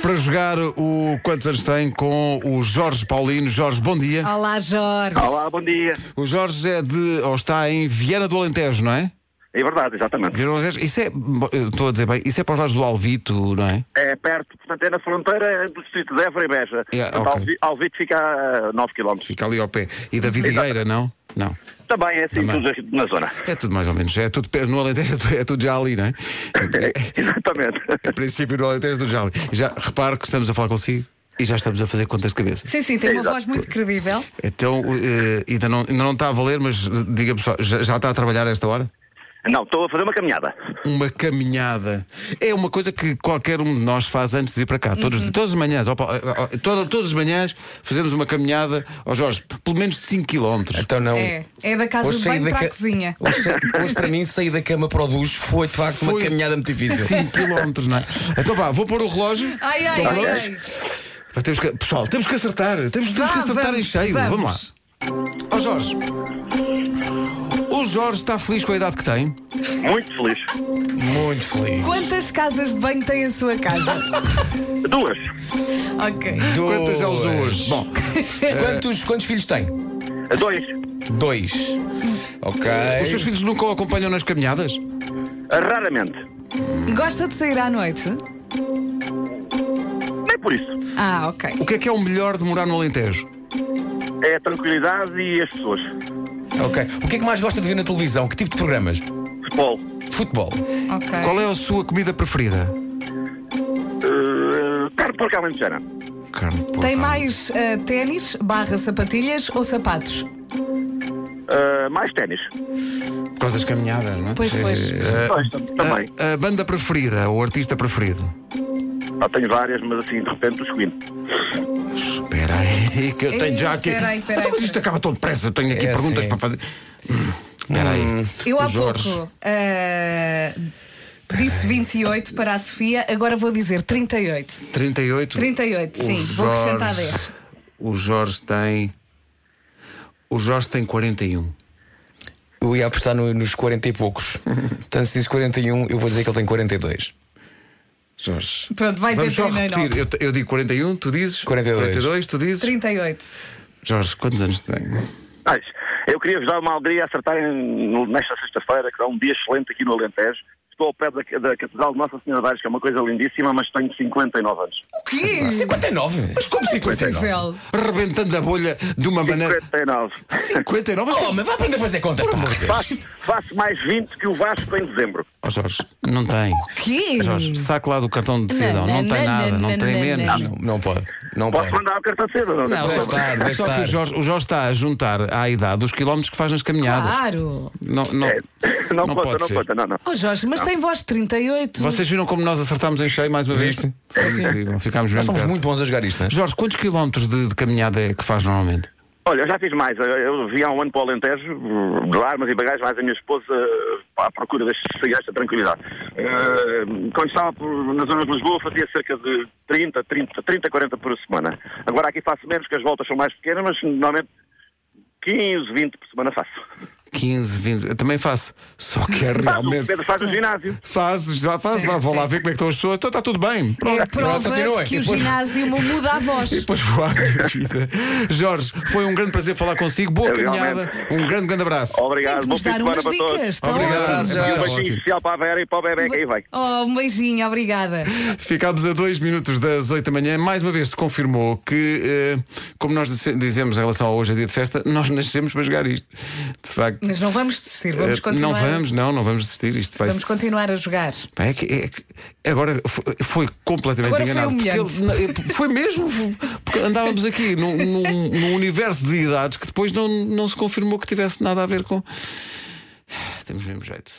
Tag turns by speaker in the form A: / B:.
A: para jogar o Quantos Anos Tem com o Jorge Paulino. Jorge, bom dia.
B: Olá, Jorge.
C: Olá, bom dia.
A: O Jorge é de, ou está em Viana do Alentejo, não é?
C: É verdade, exatamente.
A: Viana do Alentejo, isso é, bom, eu estou a dizer bem, isso é para os lados do Alvito, não é?
C: É perto, portanto, é na fronteira do distrito de Évora e Beja.
A: É,
C: Portanto,
A: ok.
C: Alvi- Alvito fica a 9 km.
A: Fica ali ao pé. E da Vidigueira, não? Não.
C: Também é assim,
A: Também.
C: tudo na zona.
A: É tudo mais ou menos, é tudo perto, no Alentejo é tudo, é tudo já ali, não é?
C: exatamente.
A: Em princípio, no Alentejo é tudo já ali. Já, repare que estamos a falar consigo e já estamos a fazer contas de cabeça.
B: Sim, sim, tem uma
C: Exato.
B: voz muito credível.
A: Então, eh, ainda, não, ainda não está a valer, mas eh, diga-me só, já, já está a trabalhar a esta hora?
C: Não, estou a fazer uma caminhada.
A: Uma caminhada. É uma coisa que qualquer um de nós faz antes de vir para cá. Todos,
B: Uhum.
A: Todas as manhãs, ó, Paulo, ó, ó, toda- todas as manhãs, fazemos uma caminhada, ó Jorge, pelo menos de 5 km.
D: Então não.
B: É. É da casa
D: Hoje
B: de
D: saí
B: banho
D: da
B: para
D: ca-
B: a cozinha.
D: Hoje, sa- hoje para mim, sair da cama para o duche foi de facto uma
A: Foi.
D: caminhada muito difícil.
A: 5 km, não é? Então vá, vou pôr o relógio.
B: Ai, ai, ai, ai.
A: Pá, Temos que, pessoal, temos que acertar. Temos, temos
B: Vá,
A: que acertar em
B: vamos,
A: cheio. Vamos, lá.
B: vamos.
A: Ó Jorge. O Jorge está feliz com a idade que tem?
C: Muito feliz.
D: Muito feliz.
B: Quantas casas de banho tem a sua casa?
C: Duas.
B: ok.
A: Quantas já usou hoje? Bom,
D: Quantos, quantos filhos tem?
C: Dois.
D: Dois. Ok.
A: os seus filhos nunca o acompanham nas caminhadas?
C: Raramente.
B: Gosta de sair à noite?
C: Nem por isso.
B: Ah, ok.
A: O que é que é o melhor de morar no Alentejo?
C: É a tranquilidade e as pessoas.
D: Ok. O que é que mais gosta de ver na televisão? Que tipo de programas?
C: Futebol.
D: Futebol.
B: Ok.
A: Qual é a sua comida preferida?
C: Uh, carne porca à alentejana.
A: Carne de porco.
B: Tem mais eh, ténis, barra sapatilhas ou sapatos?
C: Uh, mais ténis.
A: Por causa das caminhadas, não é?
B: Pois, pois.
A: Eh,
C: Pois, tam- também.
A: a, a banda preferida, o artista preferido?
C: Ah, tenho várias, mas assim, de repente, o seguinte.
A: Espera aí, que eu tenho
B: Ei,
A: já aqui.
B: espera aí, espera aí,
A: Então, mas isto
B: espera
A: acaba tão depressa, eu tenho aqui
D: É
A: perguntas
D: assim.
A: para fazer. Hum, Espera aí.
B: Eu há
A: Jorge.
B: pouco eh, disse 28 para a Sofia, agora vou dizer 38.
A: 38?
B: 38,
A: O
B: sim, vou acrescentar 10.
A: O Jorge tem. O Jorge tem 41.
D: Eu ia apostar no- nos 40 e poucos. Portanto, se diz 41, eu vou dizer que ele tem 42.
A: Jorge.
B: Pronto, vai
A: Vamos
B: ter
A: só
B: 39.
A: repetir. Eu, te- eu digo 41, tu dizes?
D: 42.
A: 42, tu dizes?
B: 38.
A: Jorge, quantos anos tem?
C: Ah, isso. eu queria vos dar uma alegria a acertarem no- nesta sexta-feira, que dá um dia excelente aqui no Alentejo. Estou ao pé da, da Catedral de Nossa Senhora de Aires, que é uma coisa lindíssima, mas tenho 59 anos.
B: O quê?
D: 59? Mas como 59?
B: Incrível.
A: Rebentando a bolha de uma maneira.
C: 59.
A: 59? Mas
D: Oh, mas vai aprender a fazer contas, pá.
C: Faço, faço mais 20 que o Vasco em dezembro.
A: Oh, Jorge, não tem.
B: Quê?
A: Jorge, saco lá do cartão de cidadão. Não,
B: Hum. não,
A: tem
B: não,
A: nada, não,
B: não,
A: tem
B: não,
A: menos.
B: não.
D: Não, não pode. Não
C: Posso
D: pode.
C: mandar o cartão cedo? Não,
D: Não,
C: tem
D: deve
C: problema.
D: estar, deve
A: Só que o
D: estar.
A: Jorge, o Jorge está a juntar à idade os quilómetros que faz nas caminhadas.
B: Claro.
A: Não, não,
C: É, não,
A: não
C: conta,
A: pode
C: não
A: ser.
C: conta, não, não.
B: Oh Jorge, mas tem voz de 38.
A: Vocês viram como nós acertámos em cheio mais uma vez?
D: Viste?
A: Foi incrível. Ficámos
D: Nós
A: mesmo
D: somos
A: perto.
D: muito bons a jogar isto, não é?
A: Jorge, quantos quilómetros de, de caminhada é que faz normalmente?
C: Olha, eu já fiz mais. Eu- Eu vim há um ano para o Alentejo, de armas e bagagens, mais a minha esposa pá, à procura deste- desta tranquilidade. Eh, quando estava por- na zona de Lisboa, fazia cerca de 30, 30, 30, 40 por semana. Agora aqui faço menos, que as voltas são mais pequenas, mas normalmente 15, 20 por semana faço.
A: 15, 20. Eu também faço. Só que é
C: Faz, o
A: realmente.
C: Pedro faz no ginásio.
A: Faz, já faz,
B: Sim,
A: vá, vou
B: sim.
A: lá ver como é que estão as pessoas. Então está tudo bem. Pronto.
B: É prova
D: continua.
B: que
D: E
B: o
D: depois-
B: ginásio muda a voz.
A: E depois vou à minha vida. Jorge, foi um grande prazer falar consigo. Boa
C: Eu
A: caminhada. Um grande, grande abraço.
B: Tem
C: Oh.
B: que
C: Obrigado, bom
B: nos
C: fim de
B: dar
C: semana
B: umas
C: para todos.
B: dicas. Tá
A: Obrigado,
B: ótimo.
A: Jorge.
C: Um
A: Tá
C: beijinho
A: ótimo.
C: especial para a Vera e para o bebê que aí vai.
B: Oh, um beijinho, obrigada.
A: Ficámos a dois minutos das oito da manhã. Mais uma vez se confirmou que, eh, como nós disse- dizemos em relação a hoje, a dia de festa, nós nascemos para jogar isto. De facto.
B: Mas não vamos desistir, vamos
A: eh,
B: continuar.
A: Não vamos, não, não vamos desistir. Isto vai
B: Vamos continuar a jogar.
A: Pá, É que, é que- agora fo- foi, completamente
B: Agora foi
A: enganado. porque
B: humilhante.
A: ele- na- eu- foi mesmo, fo- porque andávamos aqui num, num- num universo de idades que depois não, não se confirmou que tivesse nada a ver com. Temos mesmo jeito.